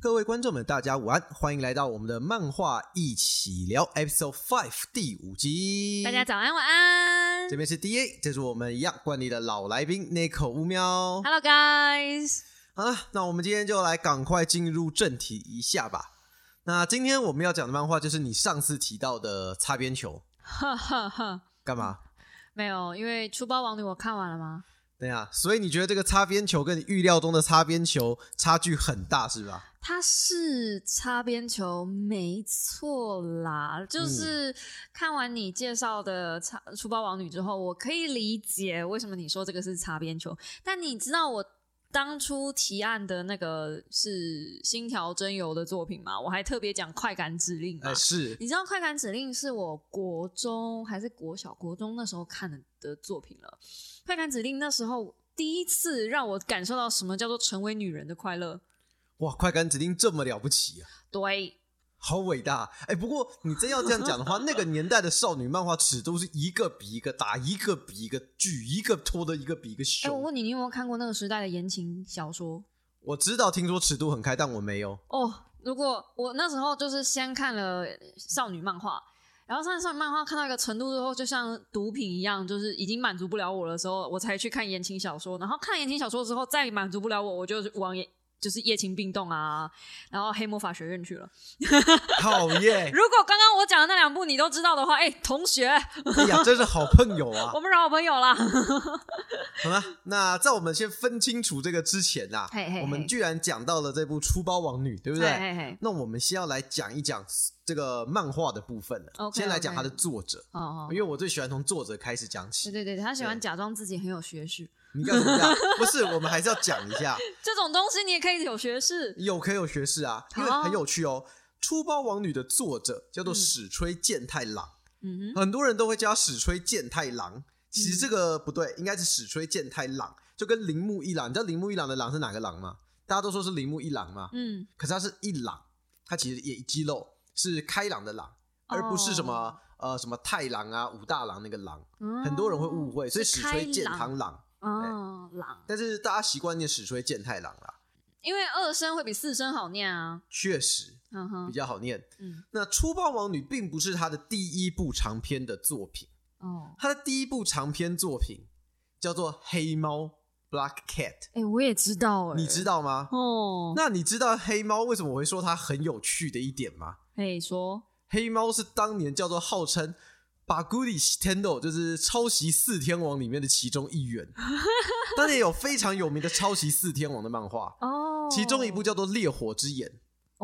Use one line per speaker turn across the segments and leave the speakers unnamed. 各位观众们，大家午安，欢迎来到我们的漫画一起聊 Episode Five 第五集。
大家早安，晚安。
这边是 D A，这是我们一样惯例的老来宾 n i c o 乌喵。
Hello guys，
好了，那我们今天就来赶快进入正题一下吧。那今天我们要讲的漫画就是你上次提到的擦边球，
哈哈哈，
干嘛？
没有，因为《出包王女》我看完了吗？
对呀，所以你觉得这个擦边球跟你预料中的擦边球差距很大是吧？
它是擦边球，没错啦。
嗯
就是看完你介绍的《擦出包王女》之后，我可以理解为什么你说这个是擦边球。但你知道我当初提案的那个是星条真由的作品吗？我还特别讲快感指令嘛。
哎、是，
你知道《快感指令》是我国中还是国小、国中那时候看的的作品了，《快感指令》那时候第一次让我感受到什么叫做成为女人的快乐。哎
哇，快感指定这么了不起啊！
对，
好伟大！哎，不过你真要这样讲 的话，那个年代的少女漫画尺度是一个比一个大，一个比一个巨，一个拖的一个比一个
哎、我
凶。
问你，你有没有看过那个时代的言情小说？
我知道，听说尺度很开，但我没 有。
哦，如果我那时候就是先看了少女漫画，然后上少女漫画看到一个程度之后，就像毒品一样，就是已经满足不了我的时候，我才去看言情小说。然后看言情小说之后，再满足不了我，我就往也就是夜情病动啊，然后黑魔法学院去了。
讨厌！
如果刚刚我讲的那两部你都知道的话，哎，同学，
哎呀，真是好朋友啊
我！们是好朋友啦。
好了，那在我们先分清楚这个之前啊
嘿嘿嘿，
我们居然讲到了这部《出包王女》，对不对？
嘿嘿，
那我们先要来讲一讲这个漫画的部分了。
OK，
先来讲它
OK
的作者，
哦哦
因，为我最喜欢从作者开始讲
对
起。
对对，他喜欢
对
假装自己很有学识，
你干什么这样？不是，我们还是要讲一下。
这种东西你也可以有学识。
有可以有学士啊，因为
好
很有趣哦。出包王女的作者叫做
嗯
史吹健太郎，
嗯哼，
很多人都会叫他史吹健太郎，其
嗯
实这个不对，应该是史吹健太郎，就跟铃木一郎，你知道铃木一郎的郎是哪个郎吗？大家都说是铃木一郎嘛，
嗯，
可是他是一郎，他其实也肌肉是开朗的朗，
哦哦
而不是什么呃什么太郎啊、武大郎那个郎，很多人会误会，所以
是
史
开
吹健太
朗
郎，
哦，狼，
但是大家习惯念史吹健太郎啦，
因为二声会比四声好念啊。
确实
嗯
比
哼，
较好念。
嗯，
那《粗暴王女》并不是她的第一部长篇的作品，
哦，
她的第一部长篇作品叫做《黑猫》（Black Cat），
哎、我也知道、哎，
你知道吗？
哦？
那你知道黑猫为什么我会说它很有趣的一点吗？
哎，说，
黑猫是当年叫做号称“把古里西天斗”，就是抄袭四天王里面的其中一员。当年有非常有名的抄袭四天王的漫画，
哦，
其中一部，叫做《烈火之眼》，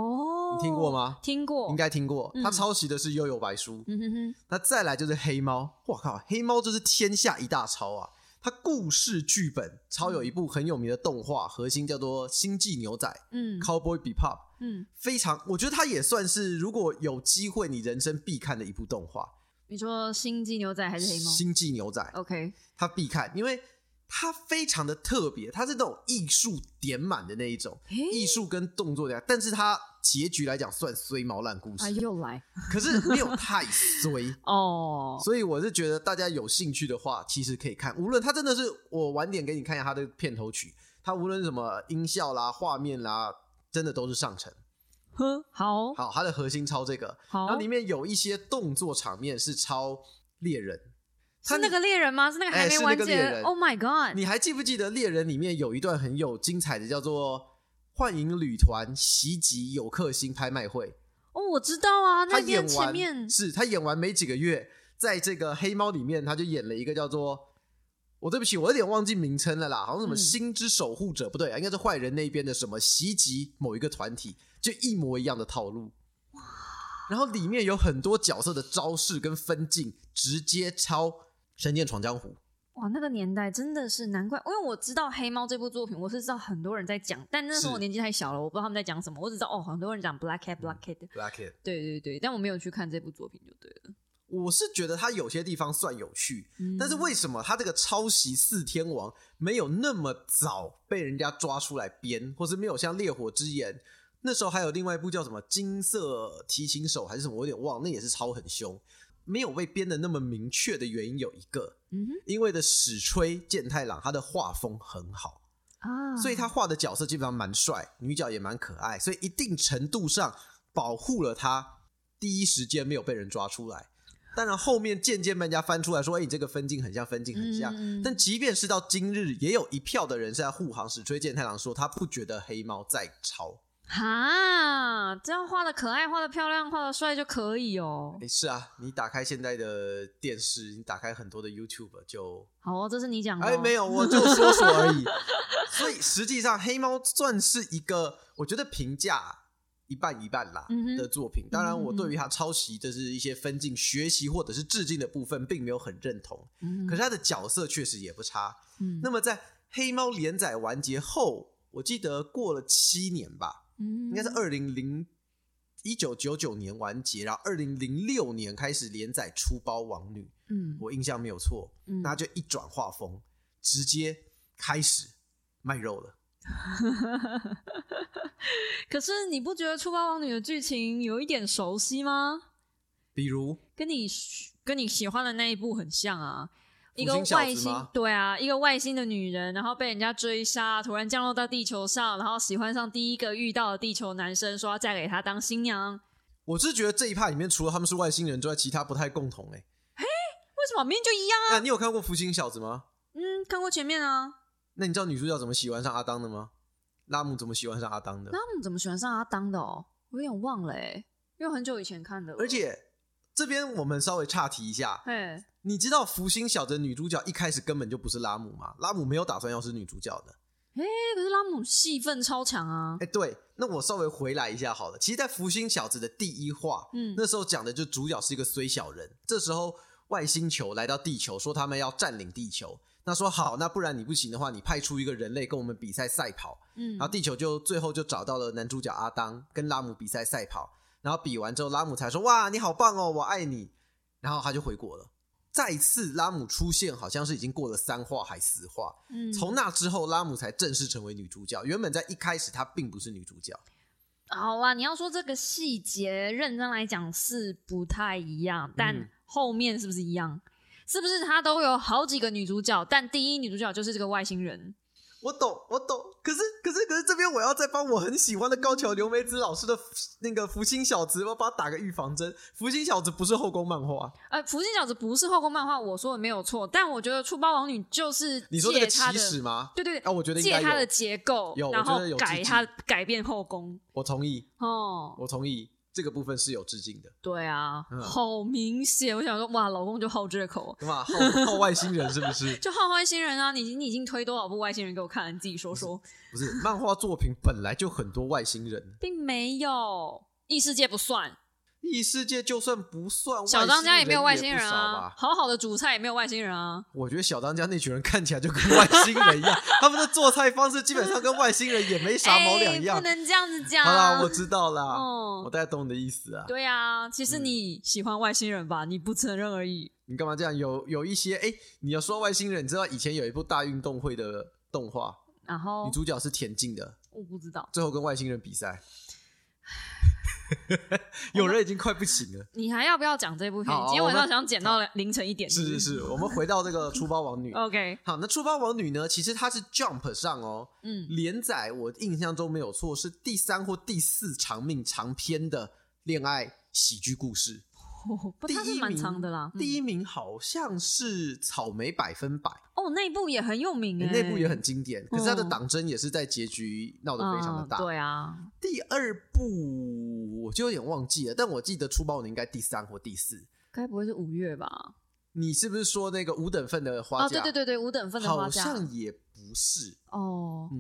哦，
你听过？吗？
听过，
应，该听过，它
嗯
抄袭的是《幽游白书》。
嗯哼哼，
那再来就是黑猫，我靠，黑猫就是天下一大抄啊！它故事剧本超有一部很有名的动画，核心叫做《星际牛仔》
嗯
（Cowboy Bebop），
嗯，
非常，我觉得它也算是如果有机会你人生必看的一部动画，
你说星际牛仔还
《
是黑猫哦
星际牛仔》
？OK，
它必看，因为它非常的特别，它是那种艺术点满的那一种，
哎、
艺术跟动作的，但是它结局来讲算衰毛烂故
啊，
事，
又来，
可是没有太衰。
哦，
所以我是觉得大家有兴趣的话，其实可以看。无论它真的是我晚点给你看一下它的片头曲，它无论是什么音效啦、画面啦，真的都是上乘。
呵，好，
好，它的核心抄这个，然
好
后，里面有一些动作场面是抄猎人。它
是那个猎人吗？是那个还
哎
没
是那
完
个
结、
猎人
o h my god！
你还记不记得猎人里面有一段很有精彩的，叫做幻影旅团袭击有克星拍卖会？
哦，我知道啊，
他
那
演
边前
完
面
是他演完没几个月，在这个黑猫里面，他就演了一个叫做我对不起，我有点忘记名称了啦，好像什么
嗯
星之守护者、不对啊，应该是坏人那边的什么袭击某一个团体，就一模一样的套路。然后里面有很多角色的招式跟分镜，直接抄《神剑闯江湖》。
哇，那个年代真的是难怪，因为我知道《黑猫》这部作品，我是知道很多人在讲，但那时
是嗯
候我年纪太小了，我不知道他们在讲什么，我只知道哦，很多人讲 Black Cat Black Cat，、
Black Kid，
对对对，但我没有去看这部作品就对了。
我是觉得他有些地方算有趣，
嗯
但是为什么他这个抄袭四天王没有那么早被人家抓出来编，或是没有像《烈火之眼》那时候还有另外一部叫什么《金色提琴手》还是什么，我有点忘，那也是抄很凶，没有被编的那么明确的原因有一个，
嗯哼，
因为的史吹健太郎他的画风很好，
啊，
所以他画的角色基本上蛮帅，女角也蛮可爱，所以一定程度上保护了他第一时间没有被人抓出来。当然，后面渐渐被人家翻出来说：“哎、你这个分镜很像，分镜很像。
嗯嗯嗯
但即便是到今日，也有一票的人是在护航史吹健太郎说，他不觉得黑猫在抄。
哈，只要画的可爱、画的漂亮、画的帅就可以哦。
哎，是啊，你打开现在的电视，你打开很多的 YouTube 就
好哦，这是你讲的、哦。
哎，没有，我就说说而已。所以实际上，黑猫算是一个，我觉得评价一半一半啦、
嗯哼
的作品。当然，我
嗯哼
对于它抄袭，这是一些分镜、学习或者是致敬的部分，并没有很认同。
嗯。
可是它的角色确实也不差。
嗯，
那么在黑猫连载完结后，我记得过了七年吧，
应
应该是二零零一九九九年完结，然后二零零六年开始连载《出包王女》，
嗯，
我印象没有错。
嗯
那就一转画风，直接开始卖肉了。
可是你不觉得《出包王女》的剧情有一点熟悉吗？
比如，
跟你喜跟你喜欢的那一部很像啊，一个
福星小子
外星
吗
对啊，一个外星的女人，然后被人家追杀，突然降落到地球上，然后喜欢上第一个遇到的地球男生，说要嫁给他当新娘。
我是觉得这一派里面，除了他们是外星人之外，其他不太共同、欸。哎、
为什么明明就一样啊？
那你有看过《福星小子》吗？
嗯，看过前面啊，
那你知道女主角怎么喜欢上阿当的吗？拉姆怎么喜欢上阿当的？
那他们怎么喜欢上阿当的哦？我有点忘了哎、因为很久以前看的了。
而且这边我们稍微岔题一下，
嘿，欸
你知道《福星小子》的女主角一开始根本就不是拉姆吗？拉姆没有打算要是女主角的。
哎，可是拉姆戏份超强啊。
哎、对，那我稍微回来一下好了。其实，在《福星小子》的第一话，
嗯
那时候讲的就主角是一个衰小人，这时候外星球来到地球，说他们要占领地球。那说好，那不然你不行的话，你派出一个人类跟我们比赛赛跑。
嗯
然后地球就最后就找到了男主角阿当跟拉姆比赛赛跑，然后比完之后，拉姆才说哇，你好棒哦，我爱你。然后他就回国了。再次拉姆出现，好像是已经过了三话还四话。
嗯
从那之后，拉姆才正式成为女主角。原本在一开始，她并不是女主角。
好啦，你要说这个细节，认真来讲是不太一样，但
嗯
后面是不是一样？是不是他都有好几个女主角，但第一女主角就是这个外星人？
我懂，我懂。可是，可是，可是，这边我要再帮我很喜欢的高桥留美子老师的那个《福星小子》，我帮他打个预防针。《福星小子》不是后宫漫画，
呃，福星小子不是后宫漫画，我说的没有错，但我觉得《出包王女》就是
你说那个
借他
起
的，
始吗？
对对对，
啊，我觉得应
借
该
他的
有。
结构
有，
然
我觉
后
得有致
改
敬
他改变后宫
我同意，
哦。
我同意，这个部分是有致敬的，
对啊，
嗯
好明显。我想说，哇，老公就好这口，哦
对吧？后 后外星人是不是？
就好外星人啊！你你已经推多少部外星人给我看？你自己说说，
不是，漫画作品本来就很多外星人，
并没有。异世界不算，
异世界就算不算，
小当家也没有外星
人
人
也不少
啊
吧，？
好好的主菜也没有外星人啊。
我觉得小当家那群人看起来就跟外星人一样， 他们的做菜方式基本上跟外星人也没啥毛两
哎
样
不。能这样子讲。
好啦，我知道啦，我
哦，
大概懂你的意思啊。
对啊，其实
嗯
你喜欢外星人吧？你不承认而已。
你干嘛这样？有有一些哎、你要说外星人，你知道以前有一部大运动会的动画，
然后
女主角是田径的，
我不知道，
最后跟外星人比 赛，有人已经快不行了。
你还要不要讲这部片？
好
今天晚
我
上
们
想剪到凌晨一点。
是是是，我们回到这个《出包王女》。
OK，
好，那《出包王女》呢？其实它是 Jump 上哦，
嗯，
连载我印象中没有错，是第三或第四长命长篇的恋爱喜剧故事。
哦不，
第
它是
一
蛮
名
长的啦。嗯
第
一
一名好像是草莓百分百，
哦，那一部也很有名
欸
哎，
内部也很经典，可是它的
哦
党争也是在结局闹得非常的大。
嗯对啊，
第二部我就有点忘记了，但我记得出包的应该第三或第四。
该不会是五月吧？
你是不是说那个五等份的花
哦，
架？
对对对对，五等份的花
好
架。
像也不是。
哦，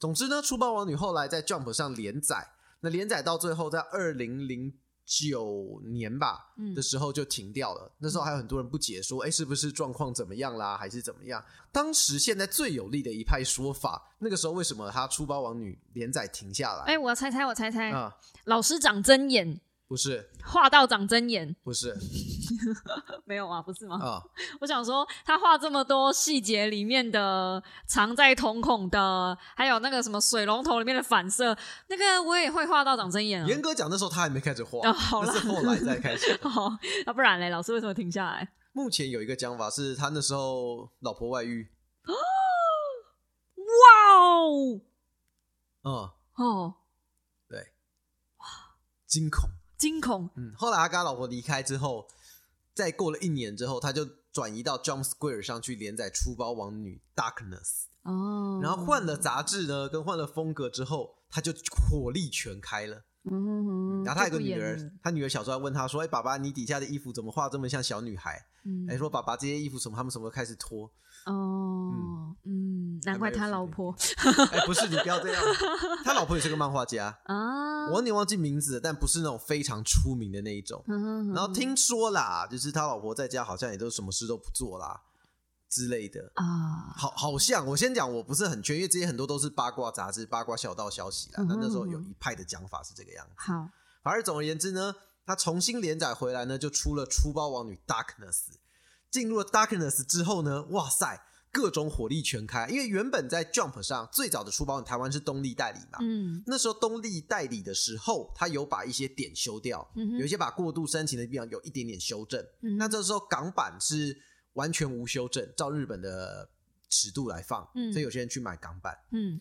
总之呢，《出包王女》后来在 Jump 上连载，那连载到最后，在二零零九年吧
嗯
的时候就停掉了。那时候还有很多人不解说，哎，是不是状况怎么样啦，还是怎么样？当时现在最有力的一派说法，那个时候为什么他《出包王女》连载停下来？
哎，我要猜猜，我猜猜，
啊、
老师长针眼，
不是，
画到长针眼，
不是
没有啊，不是吗？
啊、
我想说，他画这么多细节里面的藏在瞳孔的，还有那个什么水龙头里面的反射，那个我也会画到长针眼啊。
严格讲，那时候他还没开始画，
哦好啦。
那是后来才开始
哦，啊，不然嘞，老师为什么停下来？
目前有一个讲法是他那时候老婆外遇，
哇哦
嗯，
哦，
对，惊恐。
惊恐
嗯，后来他跟他老婆离开之后，再过了一年之后，他就转移到 Jump Square 上去连载《出包王女 Darkness》，
哦，
然后换了杂志呢，跟换了风格之后，他就火力全开了。
嗯，嗯，
然后他有个
就不
女
演
儿
了，
他女儿小时候还问他说：“哎、爸爸，你底下的衣服怎么画这么像小女孩？”
嗯，
哎、说爸爸这些衣服什么，他们什么时候开始脱？
哦，嗯，难
还蛮
怪
有
他
趣
老
的
婆
哎、不是，你不要这样。他老婆也是个漫画家，
啊，
我有点忘记名字了，但不是那种非常出名的那一种。
嗯，
然后
嗯
听说啦，就是他老婆在家好像也都什么事都不做啦之类的。
啊，
好，好像我先讲，我不是很确，因为这些很多都是八卦杂志、八卦小道消息啦。
嗯
那那时候有一派的讲法是这个样子。
好，
反而总而言之呢，他重新连载回来呢，就出了《出包王女 Darkness》。进入了 Darkness 之后呢，哇塞，各种火力全开。因为原本在 Jump 上最早的出包，台湾是东立代理嘛，
嗯
那时候东立代理的时候，他有把一些点修掉，
嗯哼
有一些把过度煽情的地方有一点点修正。
嗯
那这时候港版是完全无修正，照日本的尺度来放，
嗯
所以有些人去买港版。
嗯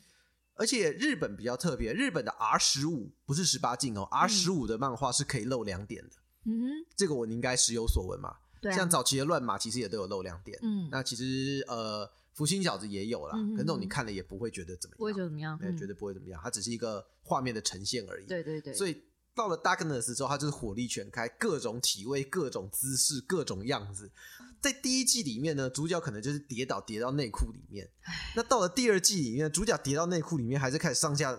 而且日本比较特别，日本的 R 十五不是十八禁哦，R 十五的漫画是可以露两点的，
嗯哼，
这个我应该时有所闻嘛。
对啊，
像早期的乱码其实也都有露两点，
嗯，
那其实呃福星小子也有啦，
嗯哼
可是那种你看了也不会觉得怎么样，
不会觉得怎么样，
对，
嗯
绝对不会怎么样，它只是一个画面的呈现而已。啊
对对对，
所
以
以到了 Darkness 之后，它就是火力全开，各种体位、各种姿势、各种样子。在第一季里面呢，主角可能就是跌倒，跌到内裤里面。那到了第二季里面，主角跌到内裤里面，还是开始上下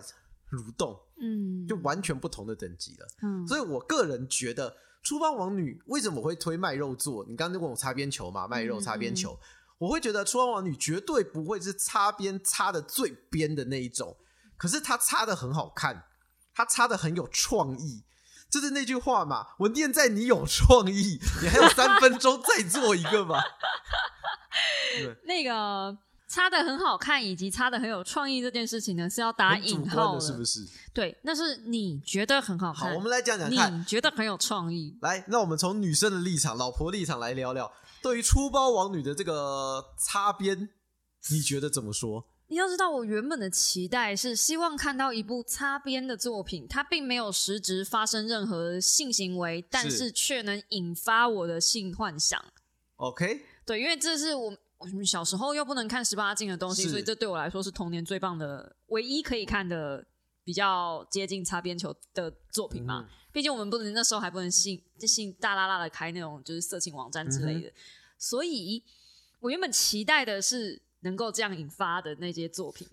蠕动，
嗯，
就完全不同的等级了。
嗯，
所以我个人觉得，《出包王女》为什么我会推卖肉做？你刚刚就问我擦边球嘛，卖肉擦边
嗯
球，我会觉得《出包王女》绝对不会是擦边擦的最边的那一种，可是它擦的很好看，它擦的很有创意。就是那句话嘛，我念在你有创意，你还有三分钟再做一个吧。
那个。擦的很好看，以及擦的很有创意这件事情呢，是要 打
很主
引
观
号
的，
了，
是不是？
对，那是你觉得很好
好，
看，
我们来讲讲看，
你觉得很有创意，
来，那我们从女生的立场、老婆立场来聊聊，对于出包王女的这个擦边，你觉得怎么说？
你要知道，我原本的期待是希望看到一部擦边的作品，它并没有实质发生任何性行为，但
是
是却能引发我的性幻想。
OK，
对，因为这是我我们小时候又不能看十八禁的东西，
是
所以这对我来说是童年最棒的、唯一可以看的比较接近擦边球的作品嘛。
嗯
毕竟我们不能那时候还不能信信大啦啦的开那种就是色情网站
嗯
之类的，所以我原本期待的是能够这样引发的那些作品。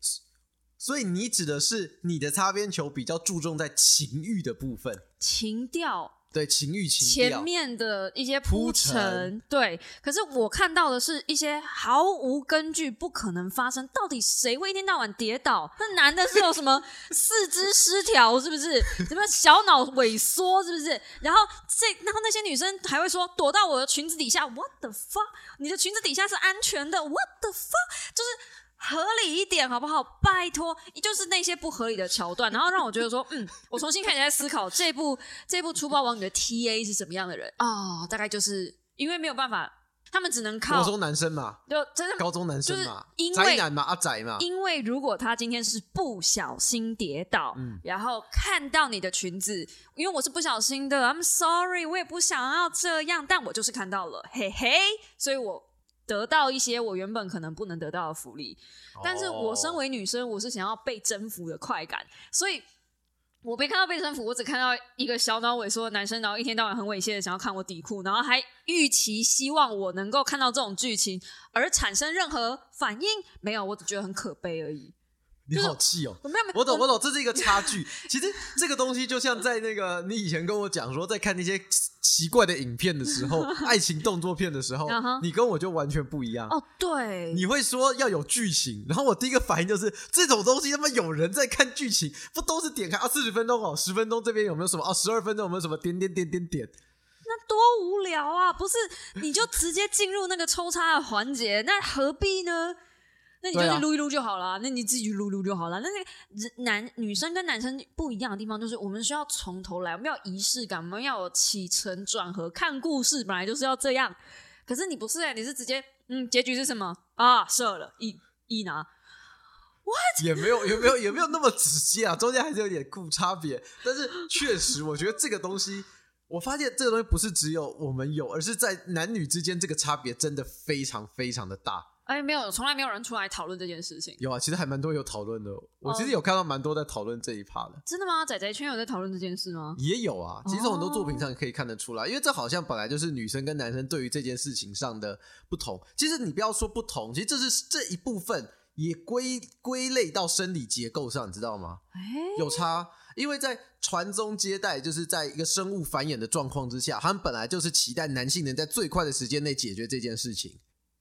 所以你指的是你的擦边球比较注重在情欲的部分，
情调
对情欲情调
前，面的一些
铺
铺
陈
陈，对。可是我看到的是一些毫无根据、不可能发生。到底谁会一天到晚跌倒？那男的是有什 么四肢失调，是不是？什么小脑萎缩，是不是？然后这，然后那些女生还会说躲到我的裙子底下，what the fuck？你的裙子底下是安全的，what the fuck？就是。合理一点好不好？拜托，就是那些不合理的桥段，然后让我觉得说，嗯，我重新开始在思考这部这部《粗暴王女》的 T A 是什么样的人哦，大概就是因为没有办法，他们只能靠
高中男生嘛，
就真的，
高中男生嘛，
就是因为
宅男嘛，阿宅嘛，
因为如果他今天是不小心跌倒，
嗯
然后看到你的裙子，因为我是不小心的，I'm sorry，我也不想要这样，但我就是看到了，嘿嘿，所以我得到一些我原本可能不能得到的福利，但是我
哦
身为女生，我是想要被征服的快感，所以我没看到被征服，我只看到一个小脑萎缩的男生，然后一天到晚很猥亵的想要看我底裤，然后还预期希望我能够看到这种剧情而产生任何反应，没有，我只觉得很可悲而已。
你好气哦。
我没有，没有
我懂，我懂，这是一个差距。其实这个东西就像在那个你以前跟我讲说，在看那些奇奇怪的影片的时 候，爱情动作片的时候
嗯哼，
你跟我就完全不一样。
哦，对，
你会说要有剧情，然后我第一个反应就是这种东西他妈有人在看剧情，不都是点开啊四十分钟哦，十分钟这边有没有什么哦，十二分钟有没有什么点点点点点？
那多无聊啊！不是，你就直接进入那个抽插的环节，那何必呢？那你就
对啊
去撸一撸就好了、那你自己去撸一撸就好了。那那个人男女生跟男生不一样的地方，就是我们需要从头来，我们要有仪式感，我们要有起承转合。看故事本来就是要这样，欸可是你不是哎、你是直接嗯，结局是什么啊？射了，一一拿，
也没有也没有也没有那么直接啊，中间还是有点故差别。但是确实，我觉得这个东西，我发现这个东西不是只有我们有，而是在男女之间这个差别真的非常非常的大。
哎，没有，从来没有人出来讨论这件事情。
有啊，其实还蛮多有讨论的，哦我其实有看到蛮多在讨论这一趴的。
真的吗？仔仔圈有在讨论这件事吗？
也有啊，其实从很多作品上可以看得出来，因为这好像本来就是女生跟男生对于这件事情上的不同。其实你不要说不同，其实这是这一部分也归归类到生理结构上，你知道吗？
哎，
有差，因为在传宗接代，就是在一个生物繁衍的状况之下，他们本来就是期待男性能在最快的时间内解决这件事情，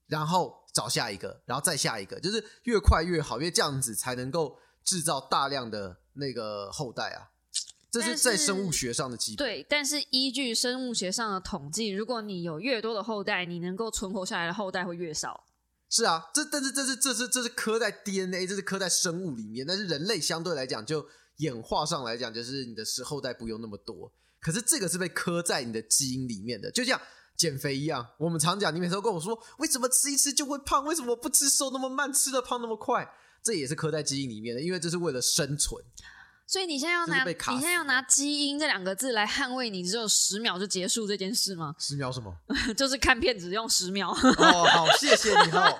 然后找下一个，然后再下一个，就是越快越好，因为这样子才能够制造大量的那个后代啊。这是
但
在
是
生物学上的基本。
对，但是依据生物学上的统计，如果你有越多的后代，你能够存活下来的后代会越少。
是啊，这但是这是这是这是刻在 DNA，这是刻在生物里面。但是人类相对来讲，就演化上来讲，就是你的时后代不用那么多。可是这个是被刻在你的基因里面的，就像减肥一样。我们常讲，你每次都跟我说，为什么吃一吃就会胖？为什么不吃瘦那么慢，吃的胖那么快？这也是刻在基因里面的，因为这是为了生存。
所以你现在要
就是
拿，
被卡
你现在要
死了
拿“基因”这两个字来捍卫你只有十秒就结束这件事吗？
十秒什么？
就是看片只用十秒，
哦，好，谢谢你哦。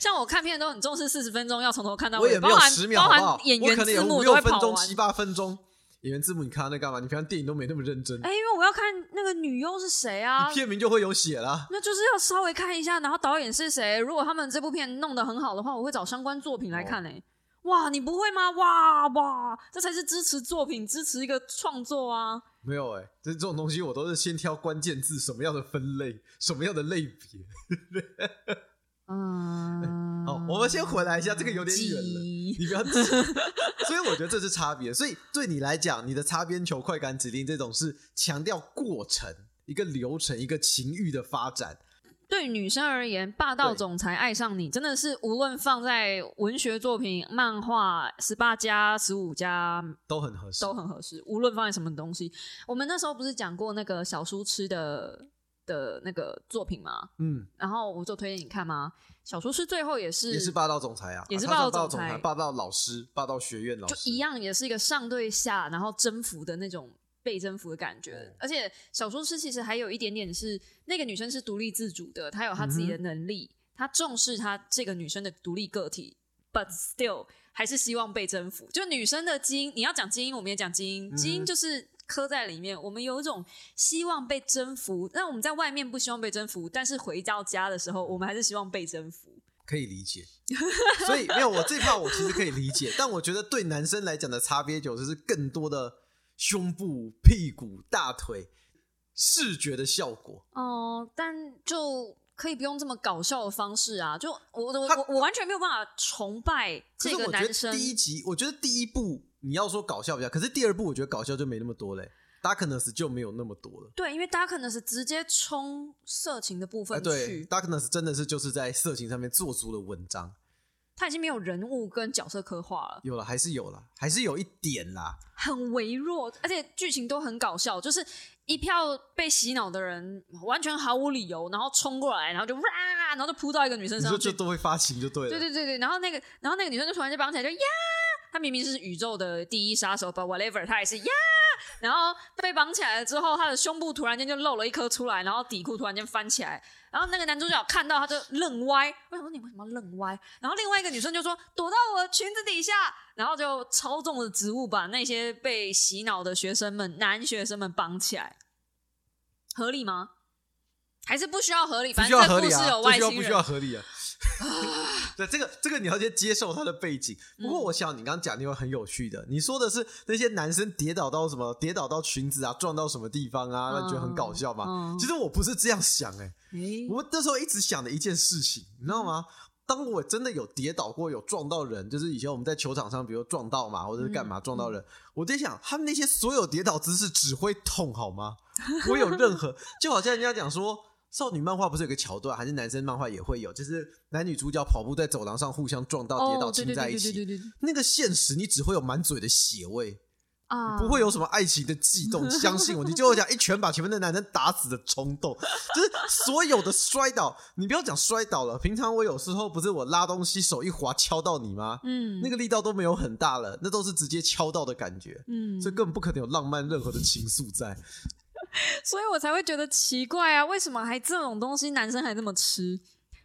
像我看片都很重视四十分钟，要从头看到
我
尾，
也没
包
有
含
十秒，
包
好不好
含？演
我
员
可能有
字
五
幕
六
都会
分
跑
钟、
完
七。八分钟。演员字幕，你看他在干嘛？你平常电影都没那么认真，
哎，因为我要看那个女优是谁啊
你，片名就会有写啦。
那就是要稍微看一下，然后导演是谁。如果他们这部片弄得很好的话，我会找相关作品来看诶、哇，你不会吗？哇哇，这才是支持作品，支持一个创作啊！
没有哎、这这种东西我都是先挑关键字，什么样的分类，什么样的类别。
嗯，
好我们先回来一下这个有点远了
了。
你不要急，所以我觉得这是差别。所以对你来讲，你的擦边球、快感指令这种是强调过程、一个流程、一个情欲的发展。
对女生而言，霸道
对
总裁爱上你，真的是无论放在文学作品、漫画、十八加、十五加
都很合适
都，很合适，无论放在什么东西。我们那时候不是讲过那个小叔吃的的那个作品吗？
嗯，
然后我就推荐你看吗？小厨师最后也是
也是霸道总裁啊，
也是
啊他
霸道
道
总裁
裁、霸道老师、霸道学院老
就
师，
一样，也是一个上对下，然后征服的那种被征服的感觉。
嗯
而且小厨师其实还有一点点是，那个女生是独立自主的，她有她
嗯
自己的能力，她重视她这个女生的独立个体，but still 还是希望被征服。就女生的基因，你要讲基因，我们也讲基因，基因
嗯
就是。刻在里面，我们有一种希望被征服。那我们在外面不希望被征服，但是回到家的时候，我们还是希望被征服。
可以理解。所以没有我这一趴，我其实可以理解，但我觉得对男生来讲的擦边球就是更多的胸部、屁股、大腿视觉的效果。
哦，但就可以不用这么搞笑的方式啊！就我我
他
我我完全没有办法崇拜
可
这
是
个
我觉
男
得
生。
第一集，我觉得第一部你要说搞笑比较，可是第二部我觉得搞笑就没那么多嘞，Darkness 就没有那么多了。
对，因为大家可能是直接冲色情的部
哎，
分
对
去，
，Darkness 真的是就是在色情上面做足了文章，
他已经没有人物跟角色刻画了，
有了还是有了，还是有一点啦。
很微弱，而且剧情都很搞笑，就是一票被洗脑的人完全毫无理由，然后冲过来，然后就哇，然后就扑到一个女生
你
身
说
上
就
去，
都会发情就对了，
对对对对，然后那个，然后那个女生就突然就绑起来，就呀，她明明是宇宙的第一杀手，but whatever，她也是呀。然后被绑起来了之后，她的胸部突然间就露了一颗出来，然后底裤突然间翻起来，然后那个男主角看到他就愣歪，我想说你为什么要愣歪？然后另外一个女生就说躲到我裙子底下，然后就超重的植物把那些被洗脑的学生们、男学生们绑起来，合理吗？还是不需要合理？
不
反
需
正
要
这
合
故
理
事
啊，
有
不
外
需要
星
不需
人
要，合理 啊。对，这个这个你要先接受它的背景。不
嗯
过我想你刚刚讲那个很有趣的，你说的是那些男生跌倒到什么，跌倒到裙子啊，撞到什么地方啊，让你觉得很搞笑嘛？
嗯嗯
其实我不是这样想哎、
诶
我那时候一直想的一件事情，你知道吗？当我真的有跌倒过，有撞到人，就是以前我们在球场上，比如撞到嘛，或者是干
嗯
嘛撞到人，我在想他们那些所有跌倒姿势只会痛好吗？ 我有任何 就好像人家讲说。少女漫画不是有个桥段，还是男生漫画也会有，就是男女主角跑步在走廊上互相撞到跌倒
哦对
亲
对
在
对
一
对对
起。
对对
那个现实，你只会有满嘴的血味，
啊，
不会有什么爱情的悸 动，相信我，你就会讲一拳把前面的男人打死的冲动，就是所有的摔倒，你不要讲摔倒了，平常我有时候不是我拉东西手一滑敲到你吗？
嗯
那个力道都没有很大了，那都是直接敲到的感觉，
嗯，
所以根本不可能有浪漫任何的情愫在。
所以我才会觉得奇怪啊，为什么还这种东西男生还这么吃？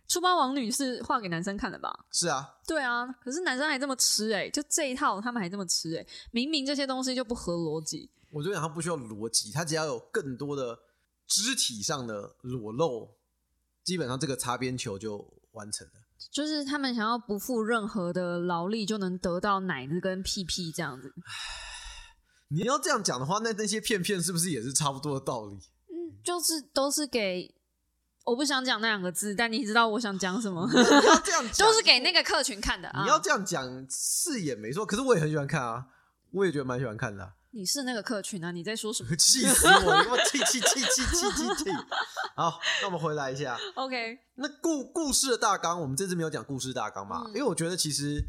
出包王女是画给男生看的吧？
是啊，
对啊，可是男生还这么吃哎、就这一套他们还这么吃哎、明明这些东西就不合逻辑。
我就想他不需要逻辑，他只要有更多的肢体上的裸露，基本上这个擦边球就完成了。
就是他们想要不付任何的劳力就能得到奶子跟屁屁这样子，
你要这样讲的话，那那些片片是不是也是差不多的道理？
嗯，就是都是给我不想讲那两个字，但你知道我想讲什么，
你要 这样讲，
都是给那个客群看的啊。
你要这样讲是也没错，可是我也很喜欢看啊，我也觉得蛮喜欢看的啊、
你是那个客群啊，你在说什么
气死我！你给我气气气气气气 气！好，那我们回来一下。
？OK，
那故故事的大纲，我们这次没有讲故事大纲嘛，
嗯
因为我觉得其实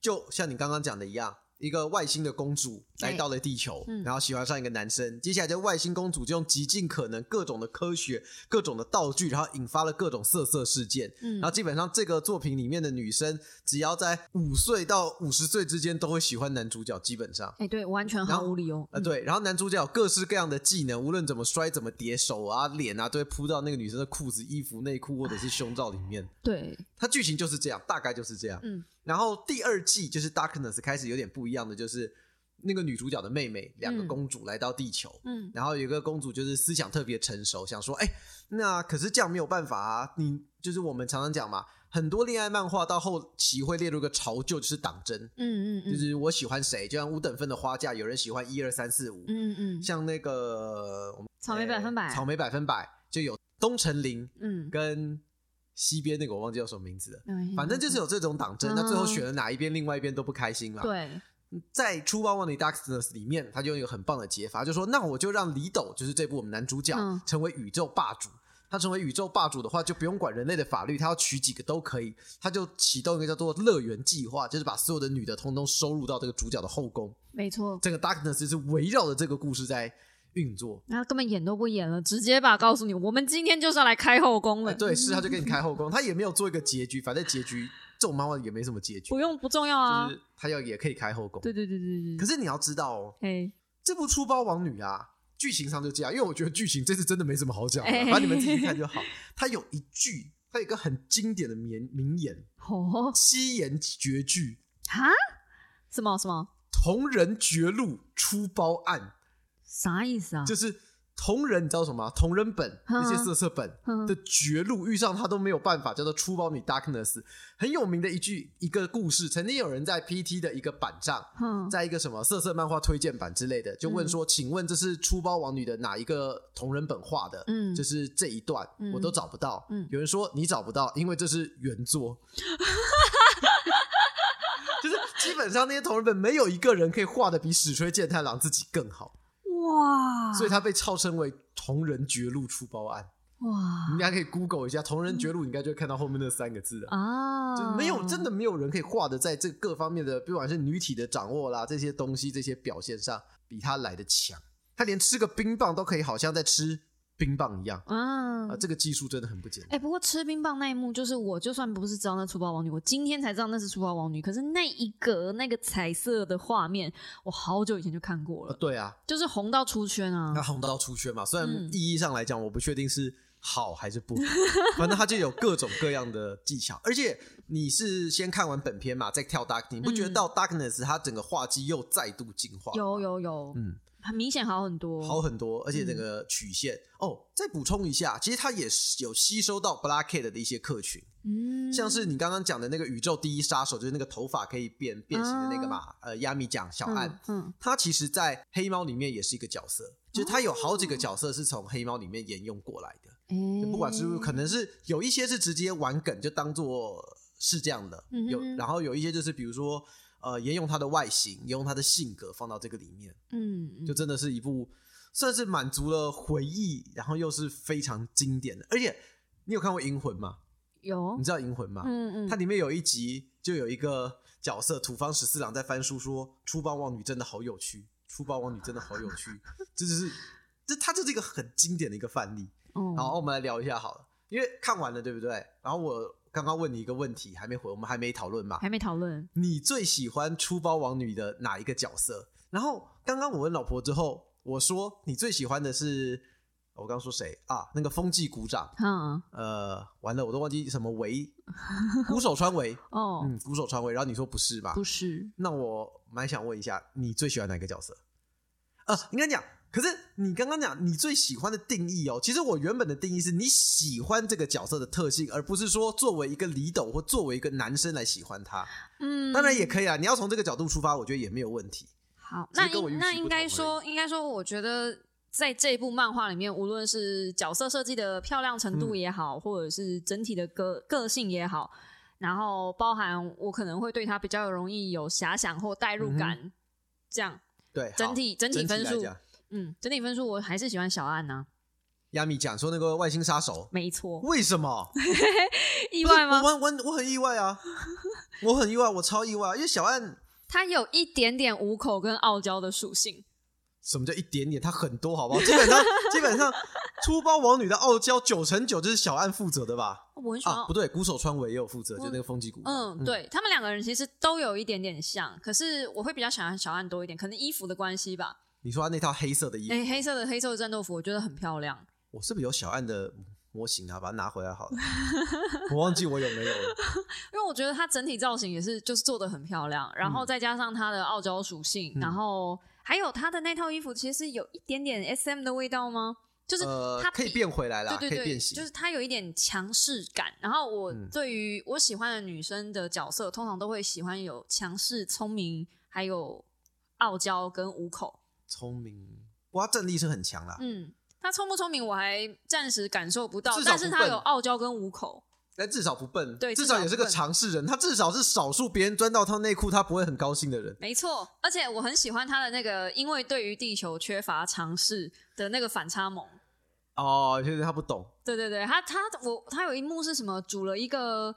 就像你刚刚讲的一样，一个外星的公主来到了地球，
嗯
然后喜欢上一个男生，接下来这外星公主就用极尽可能各种的科学、各种的道具，然后引发了各种色色事件。
嗯
然后基本上这个作品里面的女生，只要在五岁到五十岁之间都会喜欢男主角，基本上。
哎、对，完全
然
毫
后
无理由。
啊，对，然后男主角有各式各样的技能，无论怎么摔、怎么跌，手啊、脸啊，都会扑到那个女生的裤子、衣服、内裤或者是胸罩里面。
对，
它剧情就是这样，大概就是这样。
嗯，
然后第二季就是 Darkness 开始有点不一样的，就是那个女主角的妹妹，两个
嗯
公主来到地球，
嗯
然后有一个公主就是思想特别成熟，想说，哎，那可是这样没有办法啊，你就是我们常常讲嘛，很多恋爱漫画到后期会列入一个潮旧，就是党争，
嗯嗯嗯，
就是我喜欢谁，就像五等分的花嫁，有人喜欢一二三四五，
嗯嗯，
像那个我们
草莓百分百，
哎草莓百分百就有东城林
嗯，
跟西边那个我忘记叫什么名字了。
没关系
反正就是有这种党争，
嗯
那最后选了哪一边，另外一边都不开心嘛。，
对，
在《出包万里 Darkness》里面，他就有一个很棒的解法，就说那我就让李斗，就是这部我们男主角，
嗯
成为宇宙霸主。他成为宇宙霸主的话，就不用管人类的法律，他要娶几个都可以。他就启动一个叫做“乐园计划”，就是把所有的女的通通收入到这个主角的后宫。
没错，
这个 Darkness 就是围绕着这个故事在运作。
然后根本演都不演了，直接把告诉你，我们今天就是要来开后宫了，嗯
哎，对，是他就给你开后宫，他也没有做一个结局，反正结局这种漫画也没什么结局
不，用不重要啊
就，是他要也可以开后宫。
对对对对
可
对，
是你要知道哦，
哎，
这部《出包王女》啊，剧情上就这样，因为我觉得剧情这次真的没什么好讲的，
哎
反正你们自己看就好。它有一句，它有一个很经典的名名言，
哦，
七言绝句：
哈，什么什么，
同人绝路出包案，
啥意思啊？
就是同人，你知道什么吗？同人本
嗯
那些色色本。
嗯
的绝路遇上他都没有办法，叫做出包女 darkness，很有名的一句一个故事。曾经有人在 PT 的一个板上，
哼，
在一个什么色色漫画推荐版之类
嗯
的，就问说：“请问这是《出包王女》的哪一个同人本画的？”
嗯
就是这一段
嗯
我都找不到。
嗯
有人说你找不到，因为这是原作。 就是基本上那些同人本没有一个人可以画的比史吹健太郎自己更好，
哇，
所以他被号称为“同人绝路出包案”。
啊
你应
哇
该可以 Google 一下“同人绝
嗯
路”，你应该就会看到后面那三个字了。
啊，
嗯就没有真的没有人可以画的在这各方面的，不管是女体的掌握啦，这些东西这些表现上比他来的强。他连吃个冰棒都可以，好像在吃冰棒一样
啊
啊、。这个技术真的很不简单。
哎、不过吃冰棒那一幕，就是我就算不是知道那粗暴王女，我今天才知道那是粗暴王女。可是那一格那个彩色的画面，我好久以前就看过
啊
了，
对啊，
就是红到出圈啊
那。红到出圈嘛，虽然
嗯
意义上来讲，我不确定是好还是不好，反正他就有各种各样的技巧。而且你是先看完本片嘛，再跳 Dark，你不觉得
嗯
到 Darkness 它整个画技又再度进化？
有有有，
嗯，
很明显好很多。
好很多，而且整
嗯
个曲线、哦，再补充一下，其实它也是有吸收到 Blackhead 的一些客群，
嗯，
像是你刚刚讲的那个宇宙第一杀手，就是那个头发可以变变形的那个嘛，呃，亚米酱小
啊嗯
暗，
嗯
他其实在黑猫里面也是一个角色，就是他有好几
哦
个角色是从黑猫里面沿用过来的，
哎
就不管是不是可能是有一些是直接玩梗就当做是这样的，
嗯哼
有
哼
然后有一些就是比如说呃沿用他的外形，沿用他的性格放到这个里面。
嗯，
就真的是一部算是满足了回忆，然后又是非常经典的。而且你有看过《银魂》吗？
有
你，知道《银魂》吗？
哦嗯嗯，
它里面有一集就有一个角色土方十四郎在翻书说：“出邦望女真的好有趣，出包王女真的好有趣，这就是这它就是一个很经典的一个范例。
嗯，
然后我们来聊一下好了，因为看完了对不对？然后我刚刚问你一个问题，还没回，我们还没讨论嘛？
还没讨论，
你最喜欢出包王女的哪一个角色？然后刚刚我问老婆之后，我说你最喜欢的是我刚说谁啊？那个风纪鼓掌，
嗯，
呃，完了我都忘记什么维， 鼓手川维，
哦，
嗯，鼓手川维。然后你说不是吧？
不是，
那我蛮想问一下，你最喜欢哪个角色？呃，应该讲，可是你刚刚讲你最喜欢的定义哦，其实我原本的定义是你喜欢这个角色的特性，而不是说作为一个李斗或作为一个男生来喜欢他。
嗯，
当然也可以啊，你要从这个角度出发，我觉得也没有问题。
好，
只是
那
跟我预
应
期
那
不
应
同而
该
已
说，应该说，我觉得在这部漫画里面，无论是角色设计的漂亮程度
嗯
也好，或者是整体的个个性也好，然后包含我可能会对他比较容易有遐想或代入感，这样
对，嗯好
整体整体
整
分
来
数，
讲，
嗯，整体分数我还是喜欢小安呐、
亚米讲说那个外星杀手，
没错，
为什么？
意
不是
外吗？
我我我很意外 啊，我很意外，我超意外啊，因为小安
他有一点点五口跟傲娇的属性，
什么叫一点点？他很多，好不好？基本 上基本上，出包王女的傲娇九成九就是小安负责的吧？
我很喜欢
啊，不对，鼓手川尾也有负责，
我
就那个风纪鼓。
哦嗯，，对他们两个人其实都有一点点像，可是我会比较喜欢小安多一点，可能衣服的关系吧。
你说他那套黑色的衣服，
哎、黑色的黑色的战斗服我觉得很漂亮。
我是不是有小安的模型啊？把它拿回来好 了，我忘记我有没有了。
因为我觉得它整体造型也是就是做的很漂亮，然后再加上它的傲娇属性，
嗯
然后还有它的那套衣服其实有一点点 S M 的味道吗？就是
呃
它，
可以
比
变回来啦，
对
可
对
以
对，
变形
就。是它有一点强势感。然后我
嗯
对于我喜欢的女生的角色，通常都会喜欢有强势、聪明，还有傲娇跟五口。
聪明，哇，战力是很强啦。
嗯，他聪不聪明我还暂时感受不到
至，少
但是
不
他
笨
有傲娇跟五口，
但至少不笨，
对
至
至少
少也是个
不笨
尝试人。他至少是少数别人钻到他内裤，他不会很高兴的人。
没错。而且我很喜欢他的那个，因为对于地球缺乏尝试的那个反差萌。
哦，就是他不懂，
对对对，他他我他有一幕是什么？煮了一个。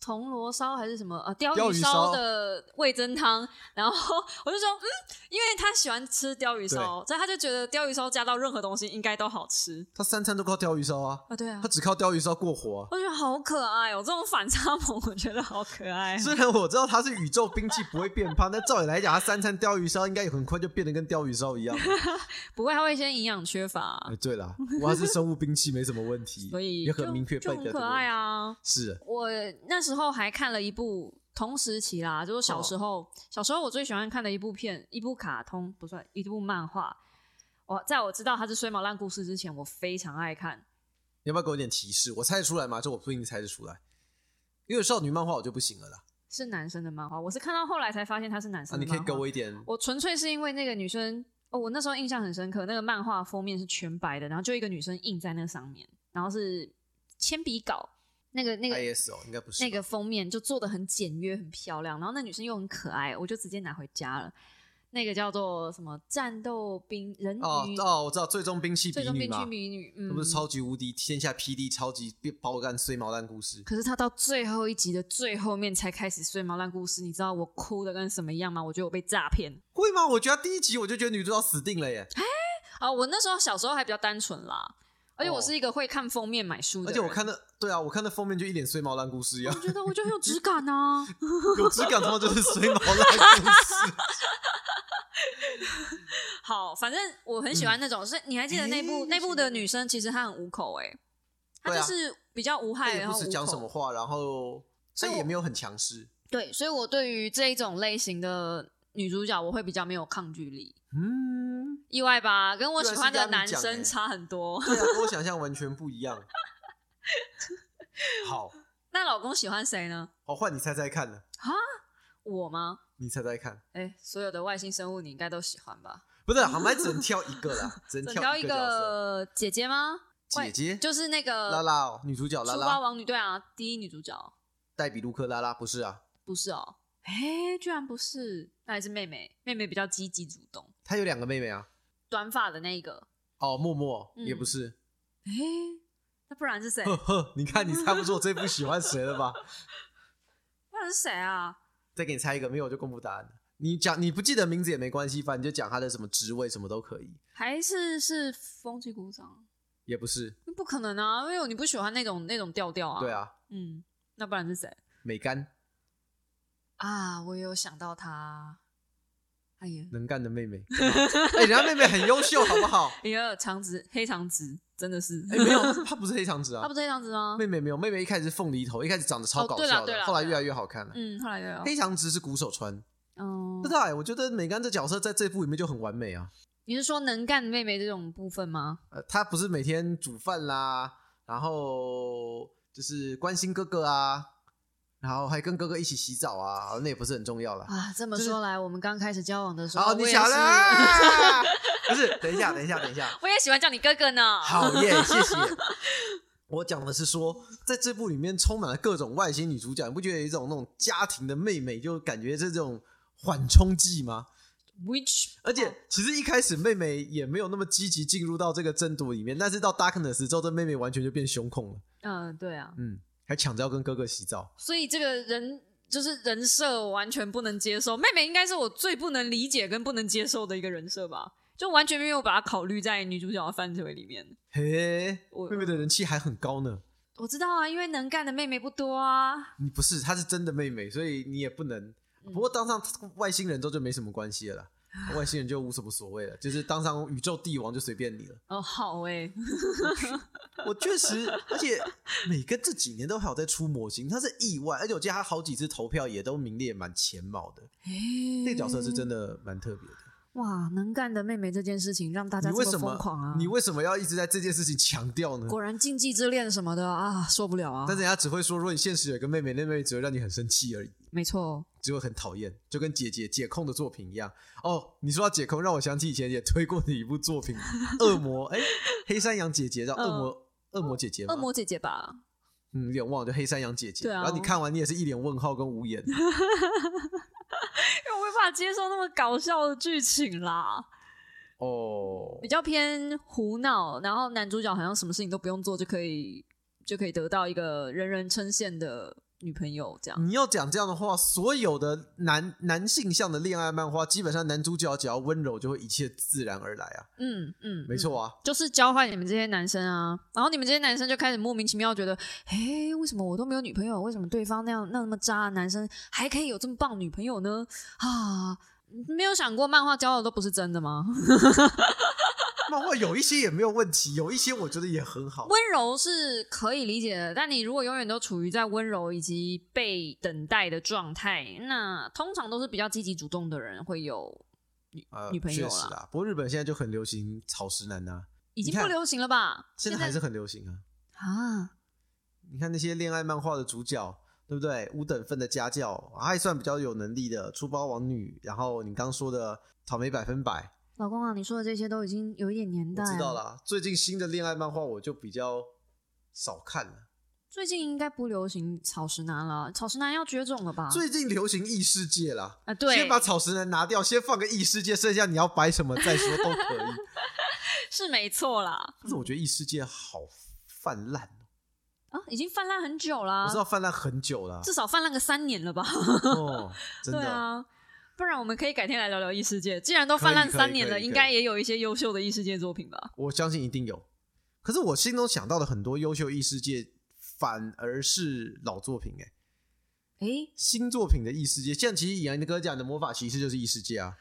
铜锣烧还是什么呃鲷
鲷
鱼
鱼
烧
烧
的味增汤，然后我就说嗯，因为他喜欢吃鲷鱼烧，所以他就觉得鲷鱼烧加到任何东西应该都好吃
他三餐都靠鲷鱼烧啊，
啊，对啊
他，只靠鲷鱼烧过活、啊。
我觉得好可爱哦，这种反差萌我觉得好可爱、哦。
虽然我知道他是宇宙兵器不会变胖，但照理来讲，他三餐鲷鱼烧应该也很快就变得跟鲷鱼烧 一样了。
不会，他会先营养缺乏、
哎，对啦，我还是生物兵器没什么问题，
所以
也
就
很明确
就
被
很可爱
啊。
啊。
是，
我那时候还看了一部同时期啦，就是
哦
小时候，小时候我最喜欢看的一部片，一部卡通不算，一部漫画。我在我知道它是《衰毛烂故事》之前，我非常爱看。
你要不要给我点提示？我猜得出来吗？这我不一定猜得出来，因为少女漫画我就不行了啦。
是男生的漫画，我是看到后来才发现它是男
啊，
生的
你
漫
可
画。
以给我一点
我纯粹是因为那个女生，哦，我那时候印象很深刻，那个漫画封面是全白的，然后就一个女生印在那上面，然后是铅笔稿，那个那个
IS 哦，应该不是吧
那个封面就做的很简约、很漂亮，然后那女生又很可爱，我就直接拿回家了。那个叫做什么战斗兵人鱼，
哦哦，我知道最终兵器比
最终
女
兵
嘛
区，迷女，
那
嗯，
不是超级无敌天下 PD 超级爆干碎毛蛋故 事。
可是他到最后一集的最后面才开始碎毛烂故事，你知道我哭的跟什么一样吗？我觉得我被诈骗
会吗？我觉得第一集我就觉得女主角死定了 耶，
啊！我那时候小时候还比较单纯啦，而且我
哦
是一个会看封面买书的
而
人，
且我看那对啊，我看那封面就一脸碎毛烂故事一样
我，觉得我就很有质 感啊，
有质感他妈就是碎毛 烂故事。
好，反正我很喜欢那种。是、你还记得那部、
嗯诶
那部的女生，其实她很无口哎、她
对
就
啊
是比较无
他
害，
也
然
不
后
是
哎无
讲什
口
么。话，然后
所
他
以我
也没有很强 势。
对，所以我对于这一种类型的女主角，我会比较没有抗拒力。
嗯，
意外吧？跟我
对
喜
啊
欢
是
的
这样
男
你讲
生
欸
差很多。
对啊，跟我想象完全不一样。 好，
那老公喜欢谁呢？
好换你猜猜看了，
我吗？
你猜猜看，
哎、所有的外星生物你应该都喜欢吧？
不是航班只能挑一个 啦，只
整
能
挑
挑
一
个角色
个姐姐吗？外
姐姐
就是那个
拉拉哦女主角拉
出发
拉，
王女》对啊，第一女主角
黛比卢克拉拉不是啊，
不是哦？哎、居然不是，那还是妹妹。妹妹比较积极主动。
她有两个妹妹啊。
短发的那一个。
哦，默默
嗯
也不是，
诶，那不然是谁？
呵呵，你看你猜不出我这部喜欢谁了吧？
不然是谁啊？
再给你猜一个，没有我就公布答案了。你讲你不记得名字也没关系，反正你就讲他的什么职位什么都可以，
还是是风纪鼓掌？
也不是
不可能啊，因为你不喜欢那种那种调调啊。
对，啊，
嗯，那不然是谁
美干
啊？我有想到他，哎呀，
能干的妹 妹，哎、人家妹妹很优秀，好不好？
哎呀，长直黑长直真的是，
哎、没有，她不是黑长直
他
啊
不，是黑长直吗？
妹妹没有，妹妹一开始是凤梨头，一开始长得超
哦
搞
对啦
笑
对
的，
啦
后来
对
越
啦
来越好看了。
嗯，后来又有，
黑长直是鼓手川，
嗯
不，知道哎，我觉得美干这角色在这部里面就很完美啊。
你是说能干妹妹这种部分吗？
呃，她不是每天煮饭啦，然后就是关心哥哥啊，然后还跟哥哥一起洗澡啊，那也不是很重要啦。
啊，这么
就是
说来，我们刚开始交往的时候，
好，
我
你
也
想
是
了， 啊，不是？等一下，等一下，等一下，
我也喜欢叫你哥哥呢。
好耶，谢 谢。我讲的是说，在这部里面充满了各种外星女主角，你不觉得有一种那种家庭的妹妹，就感觉是这种缓冲剂吗？
，Which
而且其实一开始妹妹也没有那么积极进入到这个争夺里面，但是到 Darkness 之后，这妹妹完全就变胸控了，
嗯、对啊，
嗯，还抢着要跟哥哥洗澡。
所以这个人就是人设我完全不能接受。妹妹应该是我最不能理解跟不能接受的一个人设吧，就完全没有把它考虑在女主角的范围里面。
嘿
我，
妹妹的人气还很高呢。
我知道啊，因为能干的妹妹不多啊。
你不是，她是真的妹妹，所以你也不能。
嗯
不过当上外星人之后就没什么关系了 啦，外星人就无什么所谓了，就是当上宇宙帝王就随便你了。
哦，好哎、
我确 实，而且每个这几年都还有在出模型，他是意外，而且我记得他好几次投票也都名列蛮前茅的。
欸，
这个角色是真的蛮特别的。
哇，能干的妹妹这件事情让大家
你
这
为什
疯狂啊
么？！你为什么要一直在这件事情强调呢？
果然禁忌之恋什么的啊，受不了啊！
但是人家只会说，如果你现实有一个妹妹，那妹妹只会让你很生气而已。
没错，哦
就会很讨厌，就跟姐姐解控的作品一样。哦，你说到解控，让我想起以前也推过的一部作品《恶魔》。 哎，黑山羊姐姐叫
嗯
恶魔，恶魔姐姐吗？
恶魔姐姐吧，
嗯，有点忘了，就黑山羊姐姐。
对啊
然后你看完，你也是一脸问号跟无 言。
因为我没办法接受那么搞笑的剧情啦。
哦
比，较偏胡闹，然后男主角好像什么事情都不用做就可以就可以得到一个人人称羡的女朋友这样。
你要讲这样的话，所有的男男性向的恋爱漫画，基本上男主角只要温柔，就会一切自然而来啊。
嗯嗯，
没
嗯，
错啊，
就是教坏你们这些男生啊，然后你们这些男生就开始莫名其妙觉得，哎，为什么我都没有女朋友？为什么对方那样那么渣的男生还可以有这么棒的女朋友呢？啊！没有想过漫画教的都不是真的吗？
漫画有一些也没有问题，有一些我觉得也很好。
温柔是可以理解的，但你如果永远都处于在温柔以及被等待的状态，那通常都是比较积极主动的人会有女、
呃，
女朋友
确实
啦，
啊，不过日本现在就很流行草食男呐、
已经
你
不
看
流行了吧？
现在还是很流行啊。
啊，
你看那些恋爱漫画的主角，对不对？五等份的家教，啊还算比较有能力的，出包王女，然后你刚说的草莓百分百，
老公啊，你说的这些都已经有一点年代
我
了，
知道啦。最近新的恋爱漫画我就比较少看了。
最近应该不流行草食男了，草食男要绝种了吧？
最近流行异世界啦，
啊，对，
先把草食男拿掉，先放个异世界，剩下你要摆什么再说都可以。
是没错啦，
但是我觉得异世界好泛滥哦，
啊，已经泛滥很久啦
我知，道泛滥很久了
至少泛滥个三年了吧？
哦，真
啊 对
的。
啊，不然我们可以改天来聊聊异世界。既然都泛滥
可以可以
三年了，
可以可以
应该也有一些优秀的异世界作品吧？
我相信一定有。可是我心中想到的很多优秀异世界，反而是老作品哎、
诶，
新作品的异世界，像其实以前的哥讲的《魔法骑士》就是异世界啊，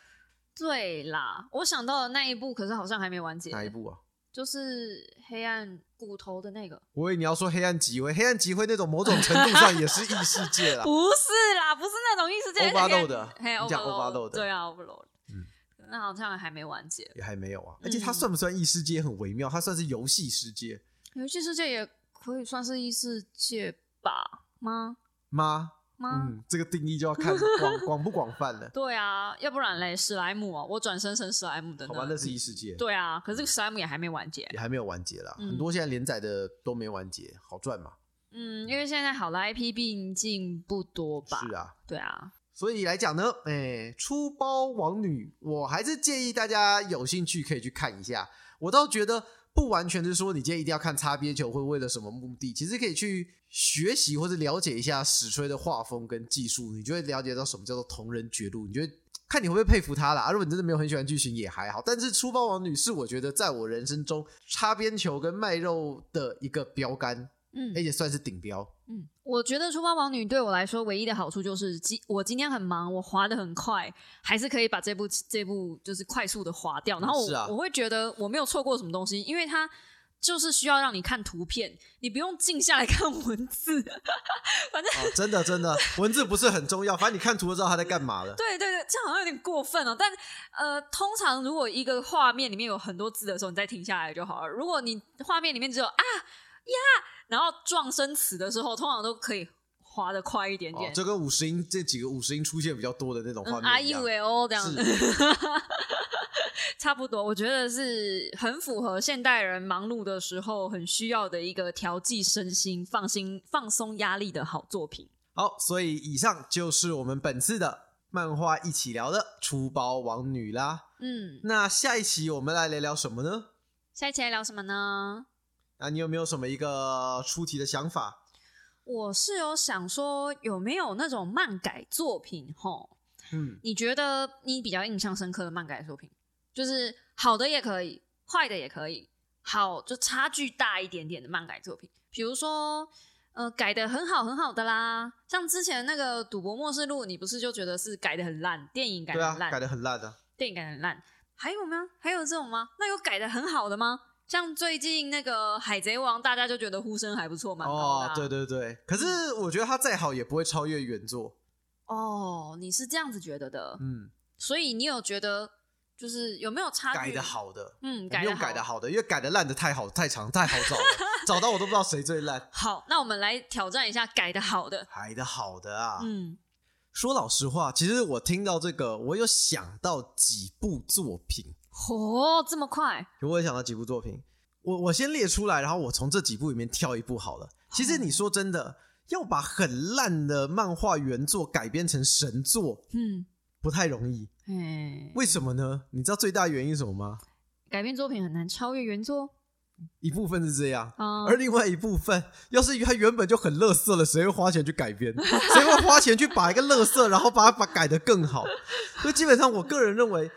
对啦，我想到的那一部，可是好像还没完结，
哪一部啊？
就是黑暗骨头的那个。
我以为你要说《黑暗集会》，《黑暗集会》那种某种程度上也是异世界 啦。
不是啦，不是那种异世界。
啊 Overload 的
嘿
你讲
Overload
Overload 的
对啊，Overload，
嗯
那好像还没完结。
也还没有啊，而且它
嗯
算不算异世界很微妙，它算是游戏世界
游戏世界也可以算是异世界吧？吗
吗？
吗？
嗯，这个定义就要看广广不广泛 了。
对啊，要不然嘞，史莱姆哦，我转身成史莱姆的呢。
好吧，那是异世界，
对啊，可是史莱姆也还没完结。
也还没有完结啦。
嗯
很多现在连载的都没完结，好赚嘛？
嗯，因为现在好的 IP 毕竟不多吧？
是 啊，
对啊，
所以来讲呢，哎、出包王女，我还是建议大家有兴趣可以去看一下。我倒觉得不完全是说你今天一定要看擦边球会为了什么目的，其实可以去学习或者了解一下史吹的画风跟技术，你就会了解到什么叫做同人绝路，你就会看你会不会佩服他啦。啊如果你真的没有很喜欢剧情也还好，但是《出包王女》是我觉得在我人生中擦边球跟卖肉的一个标杆，
嗯
而且算是顶标。
嗯，我觉得《出包王女》对我来说唯一的好处就是，今我今天很忙，我滑的很快，还是可以把这部这部就是快速的滑掉。然后我、
是啊
我会觉得我没有错过什么东西，因为它就是需要让你看图片，你不用静下来看文字。
哦，真的真的，文字不是很重要，反正你看图就知道他在干嘛了。
对对对，这样好像有点过分哦。但呃，通常如果一个画面里面有很多字的时候，你再停下来就好了。如果你画面里面只有啊呀，然后撞声词的时候，通常都可以滑的快一点
哦
点，，
就跟五十音这几个五十音出现比较多的那种画
嗯，I
面一
U
样。
L O 这样子，
是
差不多。我觉得是很符合现代人忙碌的时候很需要的一个调剂身心、放心、放松压力的好作品。
好，所以以上就是我们本次的漫画一起聊的《出包王女》啦。
嗯，
那下一期我们来聊聊什么呢？
下一期来聊什么呢？
啊，你有没有什么一个出题的想法？
我是有想说，有没有那种漫改作品？吼，
嗯，
你觉得你比较印象深刻的漫改作品，就是好的也可以，坏的也可以，好就差距大一点点的漫改作品，比如说。呃，改的很好很好的啦，像之前那个《赌博默示录》，你不是就觉得是改的很烂，电影改
对
的
啊
很，烂，
改的很烂的。
电影改的很烂。还有吗？还有这种吗？那有改的很好的吗？像最近那个《海贼王》，大家就觉得呼声还不错，蛮高的、
哦
啊，
对对对。可是我觉得它再好也不会超越原作。
哦，你是这样子觉得的，
嗯，
所以你有觉得就是有没有差距？
改的，好的，
嗯，
我们
改的
哎用改的好的，因为改的烂的太好、太长、太好 找了，找到我都不知道谁最烂。
好。那我们来挑战一下改的好的，
改的好的啊，
嗯
说老实话，其实我听到这个，我有想到几部作品，
哦，这么快，
我有想到几部作品，我我先列出来，然后我从这几部里面挑一部好了。其实你说真的，要把很烂的漫画原作改编成神作，
嗯，
不太容易。
哎，
为什么呢？你知道最大原因是什么吗？
改编作品很难超越原作
一部分是这样。
啊，
而另外一部分，要是它原本就很垃圾了，谁会花钱去改编？ 谁会花钱去把一个垃圾，然后把它把改得更 好？所以基本上，我个人认为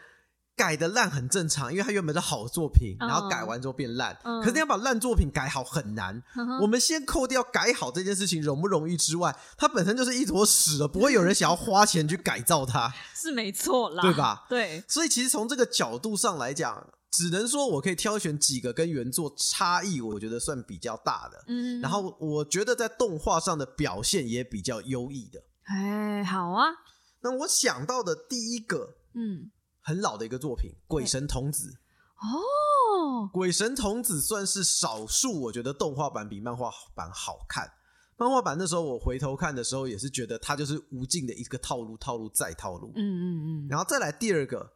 改的烂很正常，因为它原本是好作品，
嗯
然后改完之后变烂。
嗯
可是你要把烂作品改好很难。
呵呵
我们先扣掉改好这件事情容不容易之外，它本身就是一坨屎了，不会有人想要花钱去改造它。
是啊没错啦，
对吧？
对，
所以其实从这个角度上来讲，只能说我可以挑选几个跟原作差异，我觉得算比较大的。
嗯，
然后我觉得在动画上的表现也比较优异的。
哎，好啊，
那我想到的第一个
嗯，
很老的一个作品《鬼神童子》，
哦，
《鬼神童子》算是少数我觉得动画版比漫画版好看。漫画版那时候我回头看的时候，也是觉得它就是无尽的一个套路，套路再套路。
嗯嗯嗯
然后再来第二个，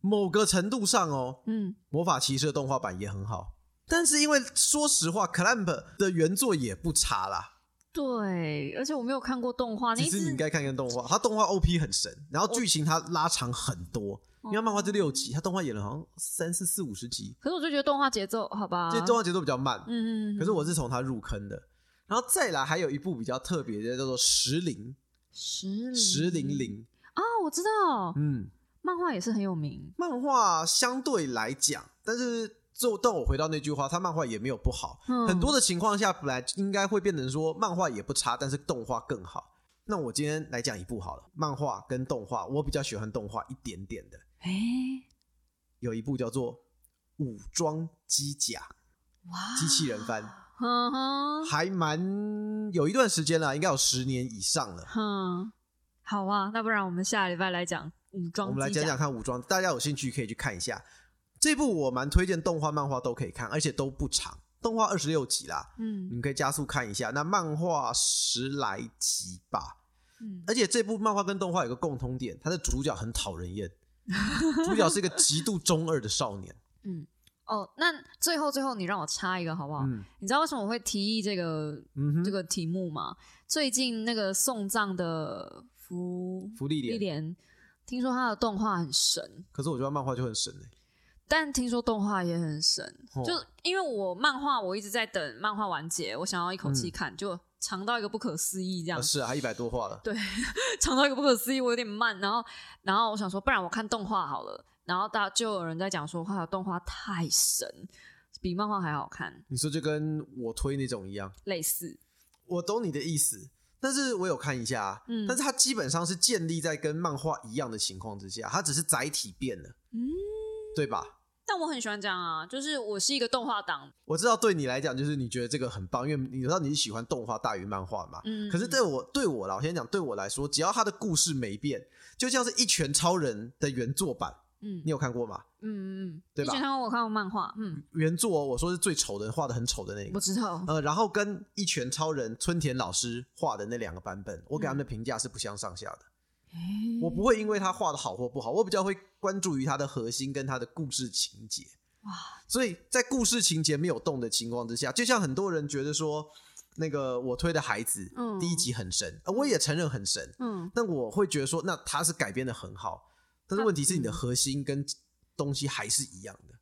某个程度上哦，
嗯，
魔法骑士的动画版也很好，但是因为说实话，Clamp 的原作也不差啦。
对，而且我没有看过动画，
其
一
实你
直
应该看看动画，它动画 OP 很神，然后剧情它拉长很多，
哦
因为它漫画就六集，它动画演了好像三四四五十集，
可是我就觉得动画节奏好吧，
这动画节奏比较慢。
啊嗯，嗯嗯，
可是我是从它入坑的，然后再来还有一部比较特别的叫做《石灵
十》，
石灵灵，
啊，我知道，
嗯，
漫画也是很有名，
漫画相对来讲，但是。就但我回到那句话，它漫画也没有不好，
嗯
很多的情况下本来应该会变成说漫画也不差，但是动画更好。那我今天来讲一部好了，漫画跟动画，我比较喜欢动画一点点的，
哎、
有一部叫做《武装机甲
哇，
机器人番》，
哼哼
还蛮有一段时间了，应该有十年以上了。
哼，好啊，那不然我们下礼拜来讲武装，
我们来讲讲，看武装，大家有兴趣可以去看一下。这部我蛮推荐，动画、漫画都可以看，而且都不长。动画二十六集啦，你
嗯
们可以加速看一下。那漫画十来集吧。
嗯，
而且这部漫画跟动画有个共通点，它的主角很讨人厌，主角是一个极度中二的少年。
哦，那最后最后你让我插一个好不好？
嗯
你知道为什么我会提议这个、
嗯
这
哼，
个题目吗？最近那个送葬的福
福利
利
点，
莲，听说他的动画很神，
可是我觉得漫画就很神欸
但听说动画也很神，
哦
就因为我漫画我一直在等漫画完结，我想要一口
嗯
气看，就长到一个不可思议，这样
啊是啊，他一百多话了，
对，长到一个不可思议，我有点慢。然后，然后我想说，不然我看动画好了。然后大就有人在讲说，哇，动画太神，比漫画还好看，
你说就跟我推那种一样，
类似。
我懂你的意思，但是我有看一下啊，
嗯
但是它基本上是建立在跟漫画一样的情况之下，它只是载体变了，
嗯，
对吧？
但我很喜欢这样啊，就是我是一个动画党，
我知道对你来讲，就是你觉得这个很棒，因为你知道你是喜欢动画大于漫画嘛。
嗯，
可是对我对我啦，我先讲对我来说，只要他的故事没变，就像是《一拳超人》的原作版，
嗯
你有看过吗？
嗯嗯嗯，
对吧
你喜欢我看过漫画，嗯，
原作哦我说是最丑的，画的很丑的那
我
个。
知道，
呃，然后跟《一拳超人》春田老师画的那两个版本，我给他们的评价是不相上下的。
嗯诶
我不会因为他画的好或不好，我比较会关注于他的核心跟他的故事情节。
哇，
所以在故事情节没有动的情况之下，就像很多人觉得说，那个我推的孩子，
嗯
第一集很神、呃我也承认很神，
嗯
但我会觉得说，那他是改编的很好，但是问题是你的
嗯
核心跟东西还是一样的，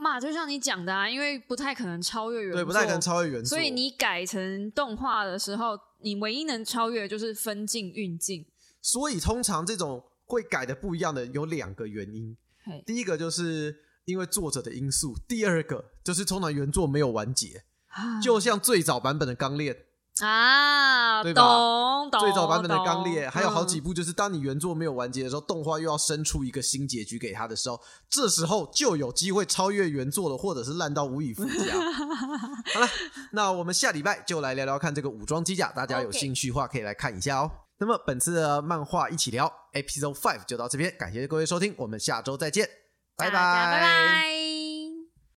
嘛，就像你讲的啊，因为不太可能超越原
对，不太可能
作
超越原作。
所以你改成动画的时候，你唯一能超越的就是分镜、运镜。
所以通常这种会改的不一样的有两个原因，
嘿，
第一个就是因为作者的因素，第二个就是通常原作没有完结，就像最早版本的《钢炼》，
啊，
对
懂
吧
懂。
最早版本的《钢炼》，
懂嗯
还有好几、部就是当你原作没有完结的时候，动画又要生出一个新结局给他的时候，这时候就有机会超越原作了，或者是烂到无以复 加。好了，那我们下礼拜就来聊聊看这个武装机甲，大家有
OK
兴趣的话可以来看一下哦。那么本次的漫画一起聊 Episode Five 就到这边，感谢各位收听，我们下周再见，
嗯
拜
大家拜拜。